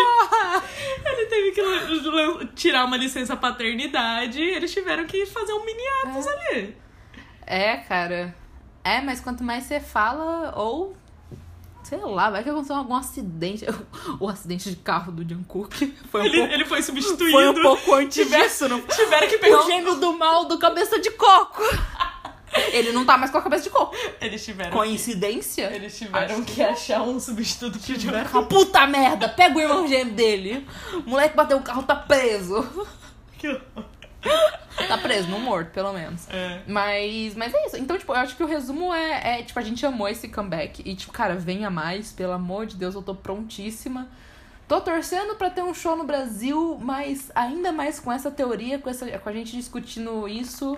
S2: ele teve que lan- lan- tirar uma licença paternidade. Eles tiveram que fazer um mini atos ali.
S1: É, cara. É, mas quanto mais você fala, ou. Sei lá, vai que aconteceu algum acidente. *laughs* O acidente de carro do Jungkook foi um
S2: Ele,
S1: pouco.
S2: ele foi substituído.
S1: Foi um pouco antes
S2: Tiver-
S1: disso, não
S2: Tiveram que pegar um
S1: O gênio do mal do cabeça de coco. Ele não tá mais com a cabeça de coco.
S2: Eles
S1: um
S2: tiveram
S1: Coincidência?
S2: Eles tiveram que achar um substituto pro Jungkook.
S1: Uma tá puta merda, pega o irmão gêmeo dele. O moleque bateu o carro, tá preso.
S2: Que horror.
S1: Tá preso, não morto, pelo menos.
S2: É.
S1: Mas, mas é isso. Então, tipo, eu acho que o resumo é, é, tipo, a gente amou esse comeback. E, tipo, cara, venha mais, pelo amor de Deus, eu tô prontíssima. Tô torcendo pra ter um show no Brasil, mas ainda mais com essa teoria, com, essa, com a gente discutindo isso,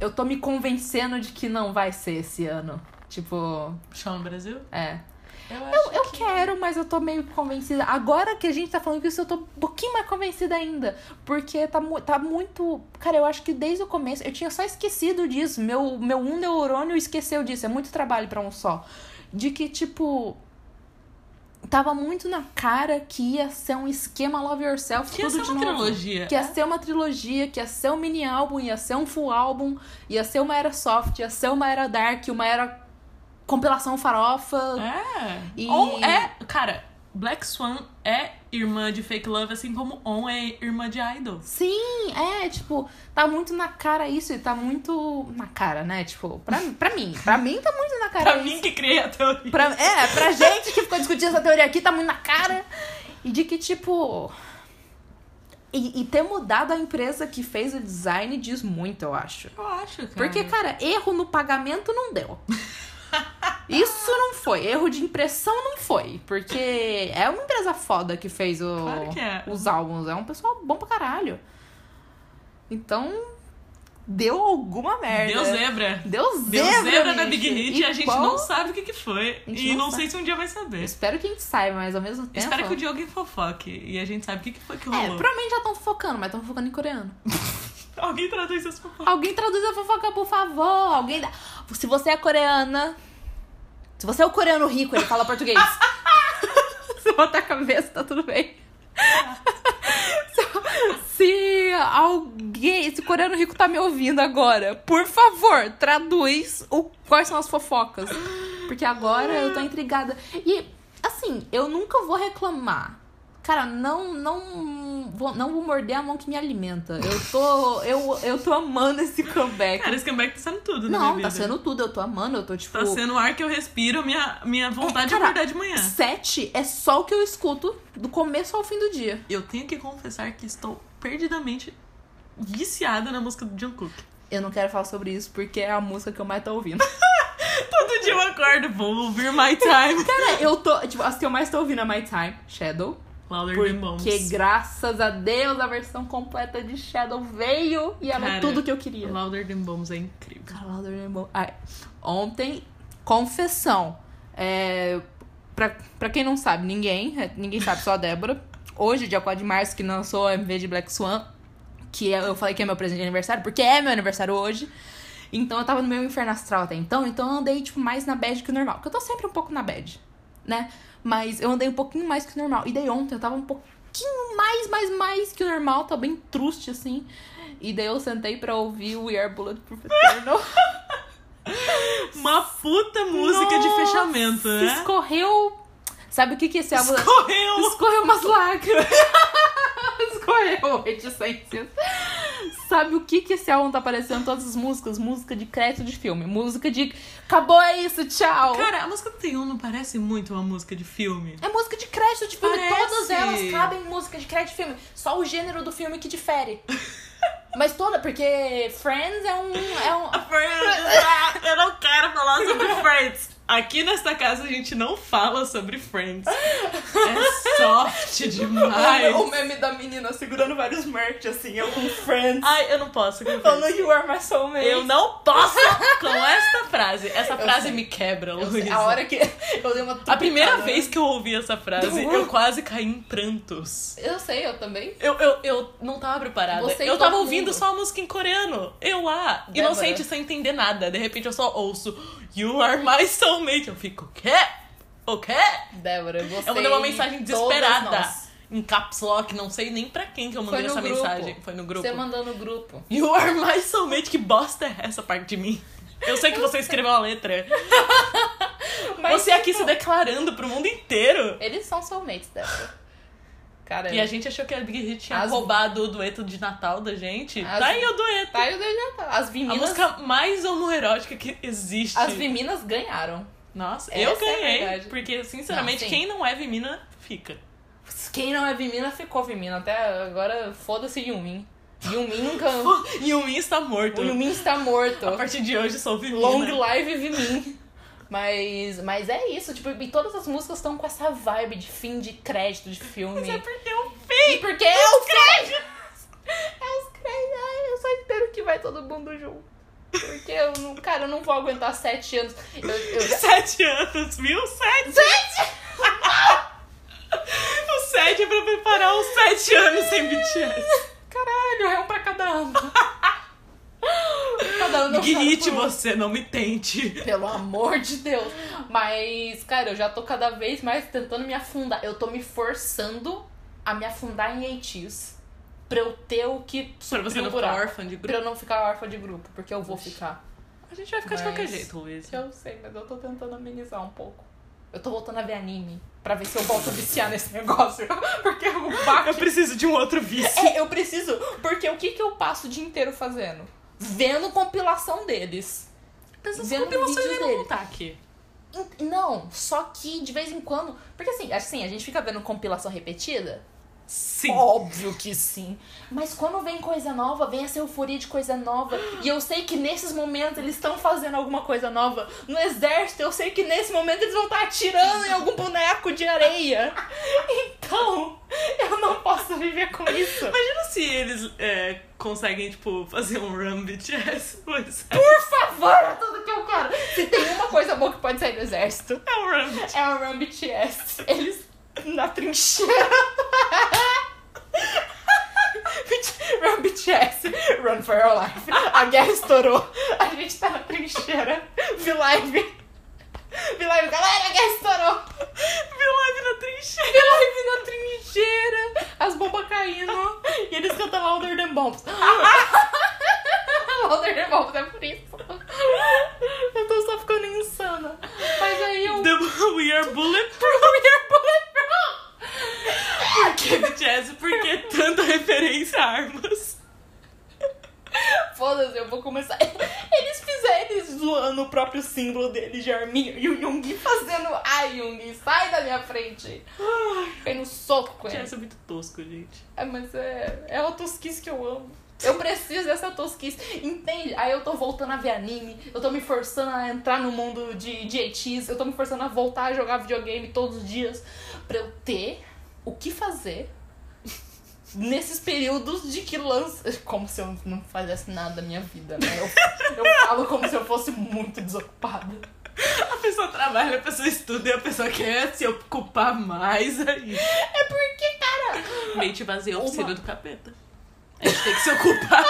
S1: eu tô me convencendo de que não vai ser esse ano. Tipo,
S2: Show no um Brasil?
S1: é.
S2: Eu,
S1: Eu, eu quero, mas eu tô meio convencida. Agora que a gente tá falando isso, eu tô um pouquinho mais convencida ainda. Porque tá, mu- tá muito. Cara, eu acho que desde o começo eu tinha só esquecido disso. Meu, meu um neurônio esqueceu disso. É muito trabalho pra um só. De que, tipo. Tava muito na cara que ia ser um esquema Love Yourself
S2: Que
S1: tudo
S2: essa é
S1: de
S2: uma
S1: novo.
S2: trilogia. né?
S1: Que ia ser uma trilogia, que ia ser um mini álbum, ia ser um full álbum, ia ser uma era soft, ia ser uma era dark, uma era compilação farofa.
S2: É.
S1: E-
S2: On é. Cara, Black Swan é irmã de fake love, assim como On é irmã de idol.
S1: Sim, é, tipo, tá muito na cara isso e tá muito na cara, né? Tipo, pra, pra mim,
S2: *laughs*
S1: pra mim tá muito na cara
S2: pra
S1: isso.
S2: mim que criei a teoria.
S1: Pra, é, pra
S2: *laughs*
S1: gente que ficou discutindo essa teoria aqui, tá muito na cara. E de que, tipo. E, e ter mudado a empresa que fez o design diz muito, eu acho.
S2: Eu acho, cara.
S1: Porque, cara, erro no pagamento não deu. Isso não foi. Erro de impressão não foi. Porque é uma empresa foda que fez o-
S2: Claro que é.
S1: os álbuns. É um pessoal bom pra caralho. Então, deu alguma merda.
S2: Deus lembra.
S1: Deu zebra.
S2: Deu zebra na
S1: bicho.
S2: Big Hit e a gente
S1: qual-
S2: não sabe o que, que foi.
S1: gente
S2: E
S1: não
S2: não sei se um dia vai saber.
S1: Espero que a gente saiba, mas ao mesmo tempo...
S2: Espero que o Diogo enfofoque. E a gente sabe o que, que foi que
S1: É,
S2: rolou.
S1: provavelmente já estão fofocando, mas estão focando em coreano.
S2: Alguém traduz essas fofocas.
S1: Alguém traduz a fofoca, por favor. Alguém dá... Se você é coreana. Se você é o coreano rico, ele fala português. *laughs* se botar a cabeça, tá tudo bem. *laughs* se alguém. Esse coreano rico tá me ouvindo agora, por favor, traduz o... quais são as fofocas. Porque agora eu tô intrigada. E, assim, eu nunca vou reclamar. Cara, não, não, vou, não vou morder a mão que me alimenta. Eu tô, eu, eu tô amando esse comeback.
S2: Cara, esse comeback tá sendo tudo na
S1: Não,
S2: minha
S1: tá
S2: vida.
S1: sendo tudo. Eu tô amando, eu tô tipo.
S2: Tá sendo o ar que eu respiro, a minha, minha vontade
S1: É,
S2: é,
S1: cara,
S2: acordar de manhã.
S1: Sete é só o que eu escuto do começo ao fim do dia.
S2: Eu tenho que confessar que estou perdidamente viciada na música do Jungkook.
S1: Eu não quero falar sobre isso porque é a música que eu mais tô ouvindo.
S2: Todo dia eu acordo, vou ouvir My
S1: *laughs*
S2: *laughs* Time.
S1: Cara, eu tô. Tipo, as que eu mais tô ouvindo é My Time, Shadow.
S2: Louder Than Bombs.
S1: Porque graças a Deus a versão completa de Shadow veio e era
S2: Cara,
S1: tudo que eu queria.
S2: Louder Than Bombs é incrível.
S1: Cara, Louder Than Bombs. Ai, ontem, confessão. É, pra, pra quem não sabe, ninguém, é, ninguém sabe, só a Débora. Hoje, dia 4 de março, que lançou a MV de Black Swan, que eu eu falei que é meu presente de aniversário, porque é meu aniversário hoje. Então eu tava no meu inferno astral até então, então eu andei, tipo, mais na bad que o normal. Porque eu tô sempre um pouco na bad, né? Mas eu andei um pouquinho mais que o normal. E daí ontem eu tava um pouquinho mais, mais, mais que o normal, tá bem truste, assim. E daí eu sentei pra ouvir We Are Bulletproof Eternal.
S2: Uma puta música de
S1: Nossa,
S2: fechamento, né?
S1: Escorreu. Sabe o que que esse álbum.
S2: Escorreu!
S1: Escorreu umas lágrimas. *laughs* Escorreu reticências. Sabe o que que esse álbum tá aparecendo? Todas as músicas. Música de crédito de filme. Música de. Acabou é isso, tchau.
S2: Cara, a música do Taeyong não parece muito uma música de filme?
S1: É música de crédito de filme.
S2: Parece.
S1: Todas elas cabem em música de crédito de filme. Só o gênero do filme que
S2: *laughs*
S1: difere. Mas toda, porque Friends é um. É um...
S2: A Friends, ah, eu não quero falar sobre Friends. Aqui nesta casa a gente não fala sobre Friends. É soft demais.
S1: O meme da menina segurando vários merch, assim, é um Friends.
S2: Ai, eu não posso. com
S1: Falando
S2: Friends.
S1: You Are My Soulmate.
S2: Eu não posso com esta frase. Essa frase me quebra, Luísa.
S1: A hora é né? que *laughs* eu dei uma
S2: A primeira
S1: trucada.
S2: vez que eu ouvi essa frase, eu quase caí em prantos.
S1: Eu sei, eu também.
S2: Eu, eu, eu não tava preparada.
S1: Você e
S2: eu tava
S1: todo
S2: ouvindo
S1: mundo.
S2: só a música em coreano. Eu ah, lá,
S1: Débora.
S2: inocente, sem entender nada. De repente eu só ouço You are my soulmate. Eu fico, o quê? O quê?
S1: Débora, você.
S2: Eu mandei uma mensagem
S1: todas
S2: desesperada.
S1: nós.
S2: Em caps lock, não sei nem pra quem que eu mandei
S1: Foi no
S2: essa
S1: grupo.
S2: mensagem. Foi no grupo.
S1: Você mandou no grupo.
S2: You are my soulmate. Que bosta é essa parte de mim? Eu sei que você escreveu a letra. você
S1: então-
S2: aqui se declarando pro mundo inteiro.
S1: Eles são soulmates, Débora. Cara,
S2: E a gente achou que a Big Hit tinha
S1: As-
S2: roubado o dueto de Natal da gente.
S1: As-
S2: Tá aí o dueto.
S1: tá, eu já tá. As
S2: A
S1: meninas.
S2: música mais homoerótica que existe.
S1: As meninas ganharam.
S2: Nossa, eu
S1: Essa é a
S2: ganhei.
S1: verdade.
S2: porque, sinceramente,
S1: Não, sim.
S2: quem não é Vimina, fica.
S1: Quem não é Vimina ficou Vimina. Até agora, foda-se Yumin. Yumin nunca.
S2: *laughs* Yumin um está morto.
S1: o Yumin está morto.
S2: A partir de hoje sou Vimina.
S1: Um Long live Vimin. Mas, mas é isso, tipo, e todas as músicas estão com essa vibe de fim de crédito de filme.
S2: Mas é porque eu
S1: E porque é os créditos! É os créditos, ai, eu só espero que vai todo mundo junto. Porque eu não, cara, eu não vou aguentar sete anos. Eu, eu já-
S2: Sete anos, viu? Sete! o sete é pra preparar os sete anos sem BTS.
S1: Caralho, é um pra cada ano. *laughs* cada ano eu
S2: Big
S1: choro
S2: Hit,
S1: por um.
S2: você não me tente.
S1: Pelo amor de Deus. Mas, cara, eu já tô cada vez mais tentando me afundar. Eu tô me forçando a me afundar em hates. Pra eu ter o que
S2: Pra você
S1: suprir o
S2: não ficar
S1: buraco.
S2: órfã de
S1: Pra
S2: grupo.
S1: eu não ficar órfã de grupo, porque eu vou ficar.
S2: A gente vai ficar de
S1: Mas-
S2: qualquer jeito, Luísa.
S1: Eu sei, mas eu tô tentando amenizar um pouco. Eu tô voltando a ver anime pra ver se eu *laughs* volto a viciar nesse negócio. *laughs* Porque o
S2: Eu
S1: baque.
S2: preciso de um outro vício.
S1: É, eu preciso. Porque o que, que eu passo o dia inteiro fazendo? Vendo compilação deles.
S2: Essas
S1: vendo
S2: compilações
S1: vídeos
S2: ainda
S1: dele.
S2: não tá aqui.
S1: Ent- Não, só que de vez em quando. Porque assim, assim, a gente fica vendo compilação repetida?
S2: Sim.
S1: Óbvio que sim. Mas quando vem coisa nova, vem essa euforia de coisa nova. E eu sei que nesses momentos eles estão fazendo alguma coisa nova. No exército, eu sei que nesse momento eles vão estar atirando em algum boneco de areia. *laughs* Então, eu não posso viver com isso.
S2: Imagina se eles é, conseguem, tipo, fazer um run BTS. Pois é,
S1: Por favor, é tudo que eu quero. Se tem uma coisa boa que pode sair do exército.
S2: é um run BTS.
S1: É o Run BTS. Eles na trincheira. *laughs* Run BTS, Run for Your Life. A guerra estourou. A gente tá na trincheira. V-Live. V-Live, galera, a guerra estourou.
S2: Live na trincheira.
S1: V-Live na trincheira. As bombas caindo. E eles cantam Louder Than Bombs. Louder Than Bombs, é por isso. Eu tô só ficando insana. Mas aí eu...
S2: The- we are bulletproof.
S1: We are bulletproof.
S2: Por que BTS? Por que tanta referência a armas?
S1: Foda-se, eu vou começar. Eles fizeram eles zoando o próprio símbolo deles de arminho e o Jung fazendo. Ai, Jung, sai da minha frente.
S2: Ai,
S1: Fiquei no soco com ele. Ah,
S2: BTS é muito tosco, gente.
S1: É, mas é, é a tosquice que eu amo. Eu preciso dessa tosquice. Entende? Aí eu tô voltando a ver anime, eu tô me forçando a entrar no mundo de, de ETs, eu tô me forçando a voltar a jogar videogame todos os dias pra eu ter o que fazer nesses períodos de que lança. Como se eu não fizesse nada da minha vida, né? Eu, eu falo como se eu fosse muito desocupada.
S2: A pessoa trabalha, a pessoa estuda e a pessoa quer se ocupar mais aí.
S1: É porque, cara.
S2: Mente vazia,
S1: Uma-
S2: oficina do capeta. A gente tem que se ocupar.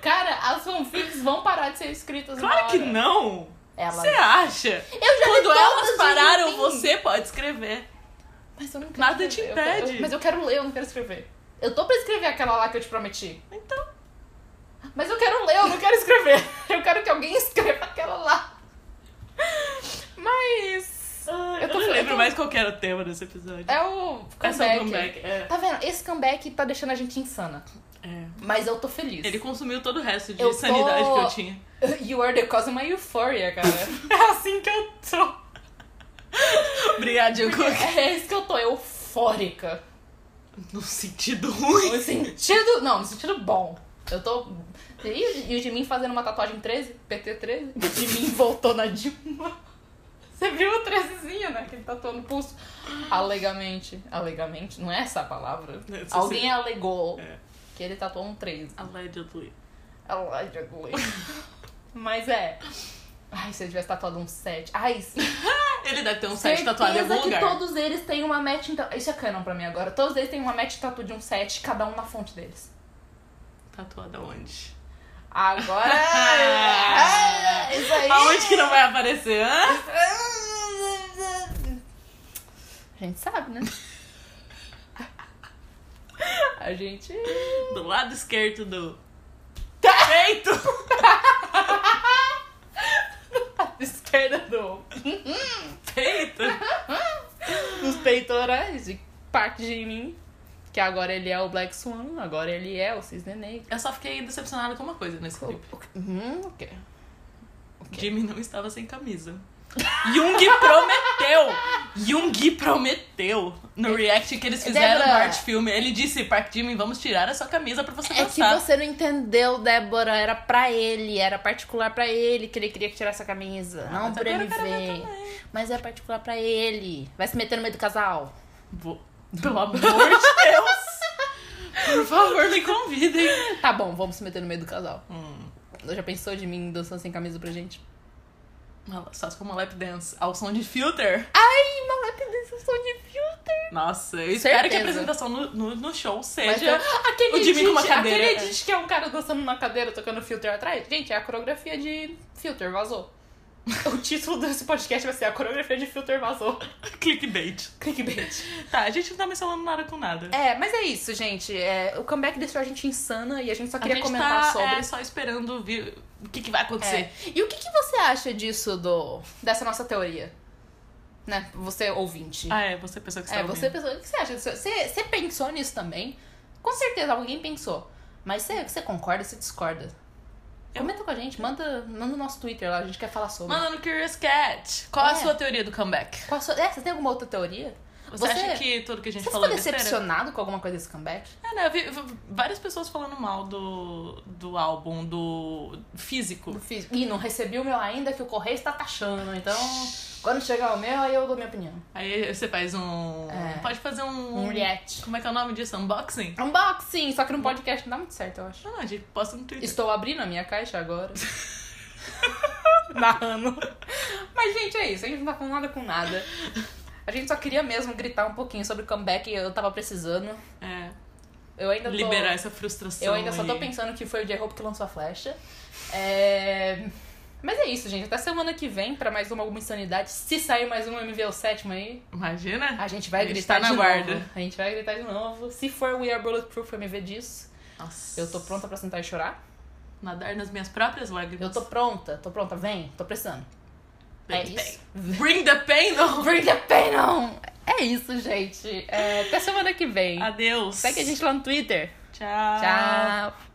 S1: Cara, as fanfics vão parar de ser escritas uma
S2: Claro que
S1: hora.
S2: não.
S1: Elas.
S2: Você acha?
S1: Eu já li
S2: Quando
S1: todas de
S2: elas pararam,
S1: mim.
S2: você pode escrever.
S1: Mas eu não quero
S2: Nada
S1: escrever.
S2: te
S1: Eu quero-
S2: impede.
S1: eu- mas eu quero ler, eu não quero escrever. Eu tô pra escrever aquela lá que eu te prometi.
S2: Então.
S1: Mas eu quero ler, eu não quero escrever. *laughs* Eu quero que alguém escreva aquela lá. Mas.
S2: Ah,
S1: Eu
S2: eu
S1: tô-
S2: não
S1: eu
S2: lembro
S1: tô-
S2: mais qual que era o tema desse episódio.
S1: É o
S2: É só
S1: comeback.
S2: o comeback, é.
S1: Tá vendo? Esse comeback tá deixando a gente insana.
S2: É.
S1: Mas eu tô feliz.
S2: Ele consumiu todo o resto de
S1: Eu tô-
S2: sanidade que eu tinha.
S1: *laughs* You are the cause of my euphoria, cara. *laughs*
S2: É assim que eu *laughs* tô. Obrigada, Diego.
S1: é isso que eu tô, eufórica.
S2: No sentido ruim.
S1: No sentido. Não, no sentido bom. Eu tô. E, e o Jimin fazendo uma tatuagem 13? PT 13? O Jimin *laughs* voltou na Dilma. Você viu o 13zinho, né? Que ele tatuou no pulso. Alegamente. Alegamente? Não é essa a palavra?
S2: Não, isso
S1: Alguém
S2: Ah. sim.
S1: alegou
S2: É.
S1: que ele tatuou um 13.
S2: Allegedly.
S1: Allegedly. *laughs* Mas é. Ai, se ele tivesse tatuado um 7. Ai, sim.
S2: *laughs* Ele deve ter um site
S1: Certeza
S2: tatuado em algum
S1: que
S2: lugar.
S1: todos eles têm uma match. Então... Isso é canon pra mim agora. Todos eles têm uma match tatu de um 7, cada um na fonte deles.
S2: Tatuado aonde? *laughs*
S1: Agora. Ah, isso aí.
S2: Aonde que não vai aparecer, hã?
S1: A gente sabe, né? A gente.
S2: Do lado esquerdo do...
S1: *laughs*
S2: Peito!
S1: A esquerda do...
S2: Peito!
S1: dos peitorais de Park Jimin. Que agora ele é o Black Swan, agora ele é o Cisne Negro.
S2: Eu só fiquei decepcionada com uma coisa nesse clipe.
S1: Hum, o quê?
S2: Jimmy não estava sem camisa. Jung prometeu! Jung prometeu! No react que eles fizeram no
S1: Débora.
S2: Art Filme, ele disse: Park Jimmy, vamos tirar a sua camisa pra você
S1: É que
S2: dançar.
S1: você não entendeu, Débora. Era pra ele, era particular pra ele que ele queria que tirasse a camisa. não
S2: Ah, mas
S1: pra
S2: agora
S1: ele
S2: eu quero ver
S1: ver. Mas é particular pra ele. Vai se meter no meio do
S2: *laughs*
S1: casal.
S2: Vou- Pelo amor de Deus! Por favor, me convidem! *laughs*
S1: Tá bom, vamos se meter no meio do casal.
S2: Hum,
S1: Já pensou de mim dançando sem camisa pra gente?
S2: uma- só se for uma lap dance ao som de filter.
S1: Ai, uma lap dance eu sou de filter.
S2: Nossa, eu espero que a
S1: Certeza.
S2: apresentação no, no, no show
S1: Mas
S2: seja.
S1: eu- aquele
S2: é o Jimmy com uma
S1: diz-
S2: cadeira,
S1: Aquele
S2: é.
S1: diz que é um cara dançando numa cadeira tocando filter atrás. Gente, é a coreografia de filter vazou. *laughs* o título desse podcast vai ser A Coreografia de Filter Vazou.
S2: *laughs* Clickbait.
S1: Clickbait.
S2: Tá, a gente não tá mencionando nada com nada.
S1: É, mas é isso, gente. É, o comeback deixou a gente insana e a gente só queria
S2: a gente
S1: comentar
S2: tá,
S1: sobre.
S2: é, só esperando ver o que, que vai acontecer.
S1: É. E o que, que você acha disso, do dessa nossa teoria? Né? Você ouvinte.
S2: Ah, é, você pessoa que está
S1: é, você
S2: ouvindo.
S1: pensou. O que você acha disso? Você, você pensou nisso também? Com certeza alguém pensou. Mas você, você concorda, você discorda?
S2: Eu-
S1: Comenta com a gente, manda, manda no nosso Twitter lá, a gente quer falar sobre.
S2: Manda no Curious Cat. Qual a
S1: É.
S2: sua teoria do comeback?
S1: Qual a sua- é, você tem alguma outra teoria?
S2: Você,
S1: Você-
S2: acha que tudo que a gente
S1: Você
S2: falou
S1: ficou
S2: é besteira?
S1: decepcionado com alguma coisa desse comeback?
S2: É, né? Eu vi vi várias pessoas falando mal do, do álbum, do físico.
S1: Eu fiz- Ih, não recebi o meu ainda, que o correio está taxando. Então, quando chegar o meu, aí eu dou minha opinião.
S2: Aí você faz um.
S1: É.
S2: Pode fazer um.
S1: Um react.
S2: Como é que é o nome disso? Unboxing?
S1: Unboxing, um só que no podcast não dá muito certo, eu acho.
S2: Não, não, a gente posta no Twitter.
S1: Estou abrindo a minha caixa *laughs* agora. Narrando. Mas, gente, é isso. A gente não tá falando nada com nada. A gente só queria mesmo gritar um pouquinho sobre o comeback. Eu tava precisando.
S2: É.
S1: Eu ainda tô...
S2: Liberar essa frustração.
S1: Eu ainda só tô
S2: aí.
S1: pensando que foi o J-Hope que lançou a flecha. É... Mas é isso, gente. Até semana que vem pra mais uma Alguma Insanidade. Se sair mais um MVO sétimo aí,
S2: Imagina?
S1: a gente vai
S2: A gente
S1: gritar
S2: tá na
S1: de
S2: guarda.
S1: novo. A gente vai gritar de novo. Se for We Are Bulletproof, MV disso.
S2: Nossa.
S1: Eu tô pronta pra sentar e chorar.
S2: Nadar nas minhas próprias lágrimas.
S1: Eu tô pronta, tô pronta, vem, tô precisando.
S2: Bem,
S1: é
S2: bem.
S1: isso.
S2: Bring the pain on!
S1: Bring the pain on! É isso, gente. É, até semana que vem.
S2: Adeus.
S1: Segue a gente lá no Twitter.
S2: Tchau.
S1: Tchau.